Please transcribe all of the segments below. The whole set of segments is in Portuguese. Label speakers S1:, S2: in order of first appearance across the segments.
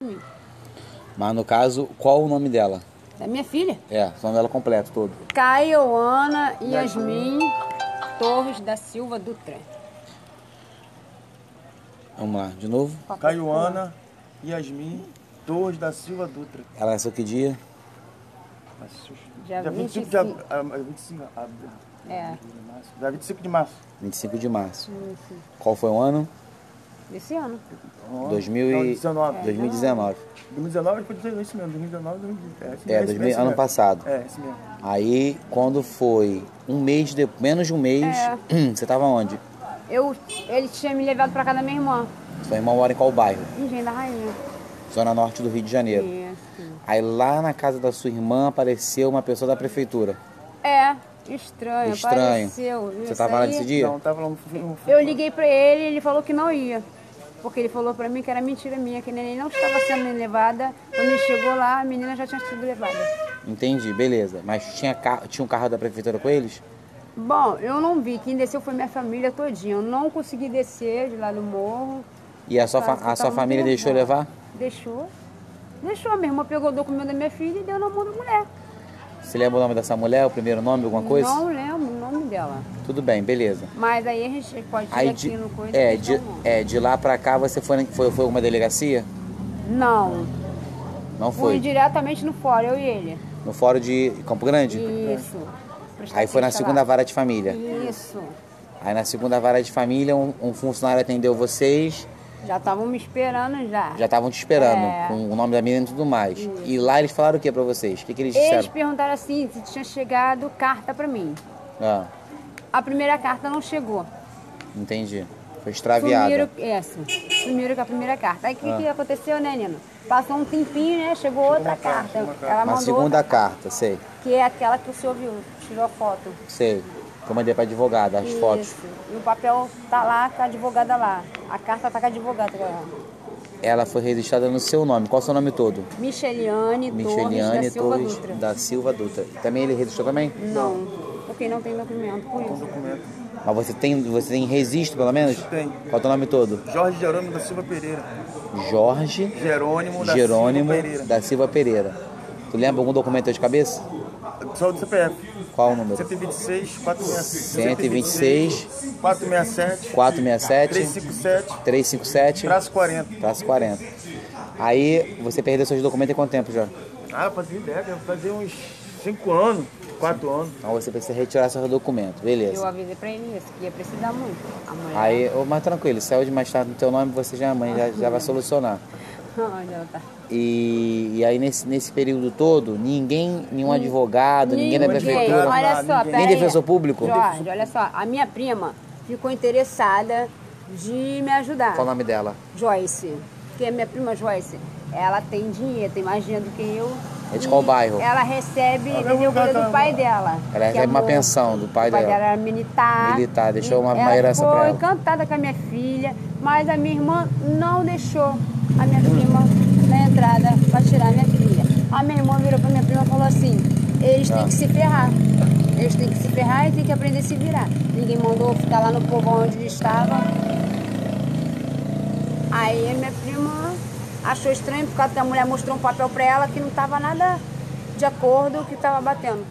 S1: comigo.
S2: Mas no caso, qual o nome dela?
S1: Da minha filha.
S2: É, o nome dela completo todo.
S1: Caioana Yasmin Torres da Silva Dutra.
S2: Vamos lá, de novo.
S3: Caioana, Yasmin, Torres da Silva Dutra.
S2: Ela é nasceu que dia?
S1: Dia
S3: Dia 25 de
S1: 25.
S3: abril. ah, 25 de abril.
S1: É.
S3: de março. Dia 25 de março.
S2: 25 de março. Qual foi o ano?
S1: Desse ano.
S2: 2000 e-
S3: Não, 19.
S2: 2019.
S3: 2019 foi 18, isso mesmo. 2019, 2019. esse
S2: É,
S3: mesmo,
S2: 2000,
S3: esse
S2: ano
S3: mesmo.
S2: passado.
S3: É, esse mesmo.
S2: Aí, quando foi um mês, de, menos de um mês, você tava onde?
S1: Eu, ele tinha me levado pra casa da minha irmã,
S2: Sua irmã mora em qual bairro?
S1: Engenho da Rainha.
S2: Zona Norte do Rio de Janeiro.
S1: Isso.
S2: Aí lá na casa da sua irmã apareceu uma pessoa da prefeitura.
S1: É, estranho,
S2: Estranho.
S1: apareceu.
S2: Você
S1: isso
S2: tava lá
S1: aí.
S2: nesse dia?
S3: Não, tava lá no.
S1: Eu liguei pra ele e ele falou que não ia. Porque ele falou pra mim que era mentira minha, que a neném não estava sendo levada. Quando ele chegou lá, a menina já tinha sido levada.
S2: Entendi, beleza. Mas tinha, ca- tinha um carro da prefeitura com eles?
S1: Bom, eu não vi. Quem desceu foi minha família todinha. Eu não consegui descer de lá do morro.
S2: E a sua, fa-
S1: Claro,
S2: a
S1: eu
S2: sua
S1: tava
S2: família
S1: muito
S2: deixou levar?
S1: nervosa. Deixou. Deixou. Minha irmã pegou o documento da minha filha e deu na mão da mulher.
S2: Você lembra o nome dessa mulher, o primeiro nome, alguma coisa?
S1: Não lembro o nome dela.
S2: Tudo bem, beleza.
S1: Mas aí a gente pode ir
S2: Aí
S1: aqui
S2: de,
S1: no coisa. então
S2: é,
S1: e
S2: de,
S1: deixar o nome.
S2: é, de lá pra cá você foi, foi, foi alguma delegacia?
S1: Não.
S2: Não
S1: Fui
S2: foi?
S1: diretamente no fórum, eu e ele.
S2: No fórum de Campo Grande?
S1: Isso.
S2: Aí foi na
S1: Prestativo,
S2: segunda
S1: sei lá.
S2: vara de família.
S1: Isso.
S2: Aí na segunda vara de família um, um funcionário atendeu vocês,
S1: Já estavam me esperando já.
S2: já estavam te esperando,
S1: É.
S2: com o nome da menina e tudo mais. E lá eles falaram o que pra vocês? O que, que eles
S1: Eles
S2: disseram?
S1: perguntaram assim se tinha chegado carta pra mim.
S2: Ah,
S1: A primeira carta não chegou.
S2: entendi. Foi
S1: Sumiram,
S2: extraviada.
S1: essa. Sumiram com a primeira carta. Aí o
S2: Ah.
S1: que, que aconteceu, né, Nino? Passou um tempinho, né? Chegou outra carta. Ela
S2: Uma
S1: mandou
S2: segunda
S1: outra,
S2: carta, sei,
S1: que é aquela que o senhor viu, tirou a foto.
S2: sei. Que eu mandei pra advogada, as
S1: Isso.
S2: fotos.
S1: E o papel tá lá com a advogada lá. A carta tá com a advogada lá.
S2: Ela foi registrada no seu nome. Qual o seu nome todo?
S1: Micheliane, Torres da
S2: Micheliane
S1: Silva
S2: Torres
S1: Dutra.
S2: da Silva Dutra. Também ele registrou também?
S1: Não, porque não tem documento por isso.
S3: Documento.
S2: Mas você tem, você tem registro, pelo menos?
S3: Tem.
S2: Qual é o teu nome todo?
S3: Jorge Jerônimo da Silva Pereira.
S2: Jorge
S3: Jerônimo Um da
S2: Jerônimo
S3: Silva Pereira.
S2: da Silva Pereira. Tu lembra algum documento aí de cabeça?
S3: Só do CPF.
S2: Qual o número?
S3: 126, 466.
S2: 126,
S3: 467.
S2: 467,
S3: 357,
S2: 357,
S3: traço 40.
S2: traço 40. Aí você perdeu seus documentos em quanto tempo já?
S3: Ah, fazia ideia, cara. fazia uns 5 anos, 4 anos.
S2: Então você precisa retirar seus documentos, beleza.
S1: Eu avisei pra ele isso, que ia precisar muito. A mulher,
S2: Aí, ô, mas tranquilo, saiu de mais tarde no teu nome, você já, mãe, já, já vai solucionar.
S1: onde ela tá?
S2: E, e aí nesse, nesse período todo, ninguém, nenhum advogado, ninguém, é da
S1: Hum. Ninguém.
S2: prefeitura.
S1: Olha
S3: nada,
S1: só,
S3: ninguém.
S2: Nem
S1: peraí.
S2: é defensor público?
S1: Jorge, olha só. A minha prima ficou interessada de me ajudar.
S2: Qual o nome dela?
S1: Joyce. Porque a minha prima Joyce, ela tem dinheiro, tem mais dinheiro do que eu.
S2: É de
S1: E
S2: qual bairro?
S1: Ela recebe,
S3: mesmo
S1: entendeu?
S3: lugar
S1: Coisa
S3: que
S1: do
S3: ela-
S1: pai dela. que
S2: Ela recebe uma
S1: amou.
S2: pensão do pai
S1: O pai dela
S2: dela.
S1: era militar.
S2: Militar, deixou uma-
S1: E
S2: uma herança
S1: ficou
S2: pra ela.
S1: Ah, encantada com a minha filha, mas a minha irmã não deixou a minha prima na entrada pra tirar a minha filha. A minha irmã virou pra minha prima e falou assim: eles
S2: Ah.
S1: têm que se ferrar. Eles têm que se ferrar e têm que aprender a se virar. Ninguém mandou ficar lá no povo onde eles estavam. Aí a minha prima achou estranho por causa que a mulher mostrou um papel pra ela que não tava nada de acordo que tava batendo.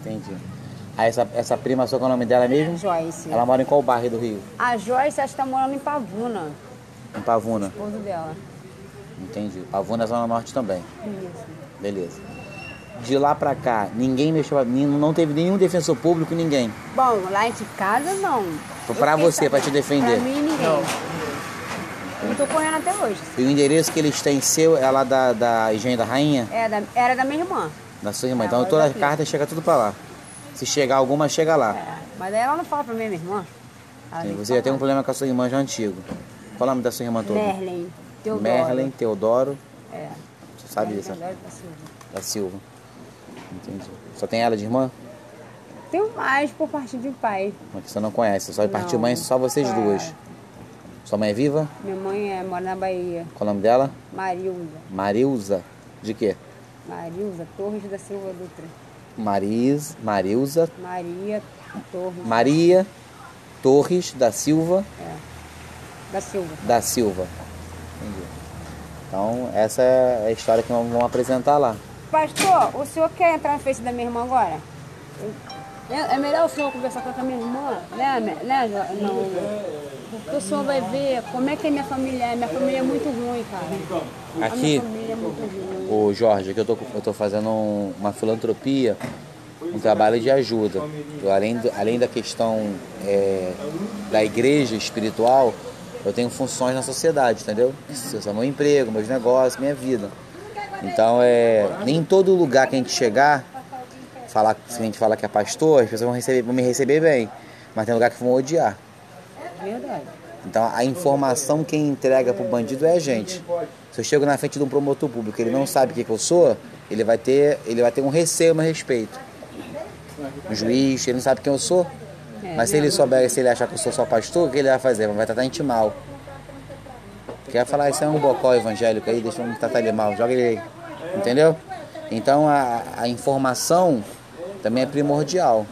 S2: Entendi. Aí essa, essa prima sua, qual é o nome dela mesmo?
S1: Joyce.
S2: Ela mora em qual bairro do Rio?
S1: A Joyce acho que tá morando em Pavuna,
S2: Em Pavuna.
S1: esposo dela.
S2: Entendi. Pavuna é Zona Norte também.
S1: Isso.
S2: Beleza. De lá pra cá, ninguém mexeu, nin- não teve nenhum defensor público, ninguém.
S1: Bom, lá de casa não.
S2: Foi pra
S1: Eu
S2: você,
S1: fiquei
S2: pra te
S1: sabendo.
S2: defender.
S1: Pra mim ninguém. Eu tô correndo até hoje.
S2: E o endereço que eles têm seu é lá da, da Engenho da Rainha,
S1: É da- era da minha irmã.
S2: da sua irmã.
S1: É,
S2: Então
S1: mora
S2: toda a
S1: daqui.
S2: carta chega tudo pra lá. Se chegar alguma, chega lá.
S1: É, Mas aí ela não fala pra mim, é minha irmã. Ela
S2: Sim,
S1: tem que
S2: Você já tem um
S1: falar.
S2: problema com a sua irmã já antigo. Qual é o nome da sua irmã toda?
S1: Merlin. Teodoro.
S2: Merlin Teodoro.
S1: É.
S2: Você sabe
S1: Merlin
S2: isso, né?
S1: Teodoro tá assim. da
S2: da
S1: Silva.
S2: Silva. Entendi. Só tem ela de irmã?
S1: Tenho mais por parte de pai.
S2: Mas que você não conhece. Só de parte de
S1: Não.
S2: mãe, só vocês
S1: É.
S2: duas. Sua mãe é viva?
S1: Minha mãe é, mora na Bahia.
S2: Qual o nome dela?
S1: Marilda.
S2: Marilza. De quê?
S1: Marilda Torres da Silva Dutra.
S2: Mariz, Marilza.
S1: Maria Torres
S2: Maria Torres da Silva
S1: da Silva.
S2: da Silva. Entendi. Então, essa é a história que nós vamos apresentar lá.
S1: Pastor, o senhor quer entrar no Face da minha irmã agora? É é melhor o senhor conversar com a minha irmã, né, me- né, jo- não, Porque o senhor vai ver como é que a minha família é. Minha família é muito ruim, cara. A minha
S2: Aqui,
S1: família é muito ruim.
S2: o Jorge, aqui eu tô, eu tô fazendo um- uma filantropia, um trabalho de ajuda. Eu, além, do- além da questão é, da igreja espiritual, eu tenho funções na sociedade, entendeu? Isso é meu emprego, meus negócios, minha vida. Então, é, nem em todo lugar que a gente chegar, falar, se a gente falar que é pastor, as pessoas vão, receber, vão me receber bem. Mas tem lugar que vão odiar.
S1: Verdade.
S2: Então a informação quem entrega pro bandido é a gente. Se eu chego na frente de um promotor público, ele não sabe o que, que eu sou, ele vai ter, ele vai ter um receio, um respeito. Um juiz, ele não sabe quem eu sou. Mas se ele souber, se ele achar que eu sou só pastor, o que ele vai fazer? Vai tratar a gente mal. Quer falar, isso é um bocó evangélico aí, deixa eu tratar ele mal, joga ele aí. Entendeu? Então a, a informação também é primordial.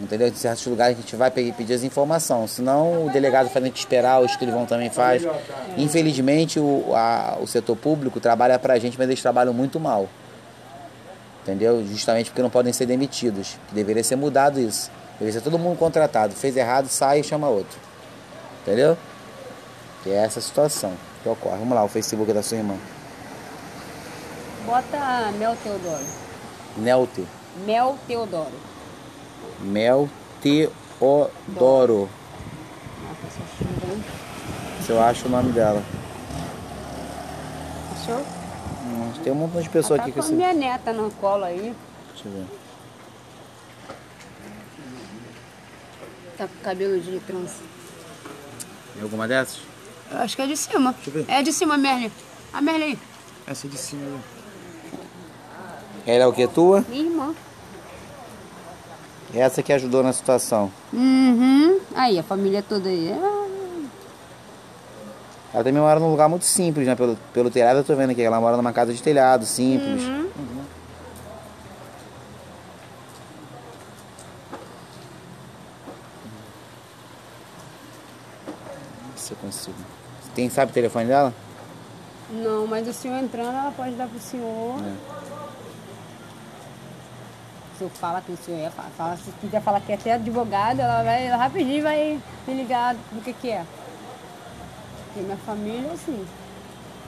S2: Entendeu? Em certos lugares a gente vai pe- pedir as informações. Senão o delegado faz a gente esperar, o escrivão também faz. Infelizmente o, a- o setor público trabalha pra gente, mas eles trabalham muito mal. Entendeu? Justamente porque não podem ser demitidos. Que deveria ser mudado isso. Deveria ser todo mundo contratado. Fez errado, sai e chama outro. Entendeu? Que é essa situação que ocorre. Vamos lá, o Facebook é da sua irmã.
S1: Bota Mel Teodoro.
S2: Nelte.
S1: Mel Teodoro.
S2: Mel Teodoro.
S1: Nossa, essa chuva, hein?
S2: Se eu acho o nome dela.
S1: Achou?
S2: Hum, Tem um montão de pessoa
S1: Tá
S2: aqui que
S1: com a
S2: você.
S1: minha neta no colo aí.
S2: Deixa eu ver.
S1: Tá com cabelo de trança.
S2: Tem alguma dessas?
S1: Eu Acho que é de cima.
S3: eu ver.
S1: É de cima, Ah, Merle. A Merle aí.
S3: Essa de cima aí.
S2: Ela é o que tua?
S1: Minha irmã.
S2: Essa que ajudou na situação.
S1: Uhum. Aí, a família toda aí. Ah,
S2: Ela também mora num lugar muito simples, né? Pelo, pelo telhado eu tô vendo aqui. Ela mora numa casa de telhado, simples. Uhum. Se eu consigo. Tem, sabe o telefone dela?
S1: Não, mas o senhor entrando, ela pode dar pro senhor. O senhor fala que o senhor é, fala, fala, se quiser falar que é até advogado, ela vai ela rapidinho vai me ligar do que que é. Porque minha família, assim,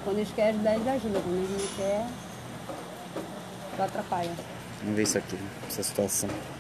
S1: quando eles querem ajudar, eles ajudam. Quando eles não querem, só atrapalha.
S2: Vamos ver isso aqui, essa situação.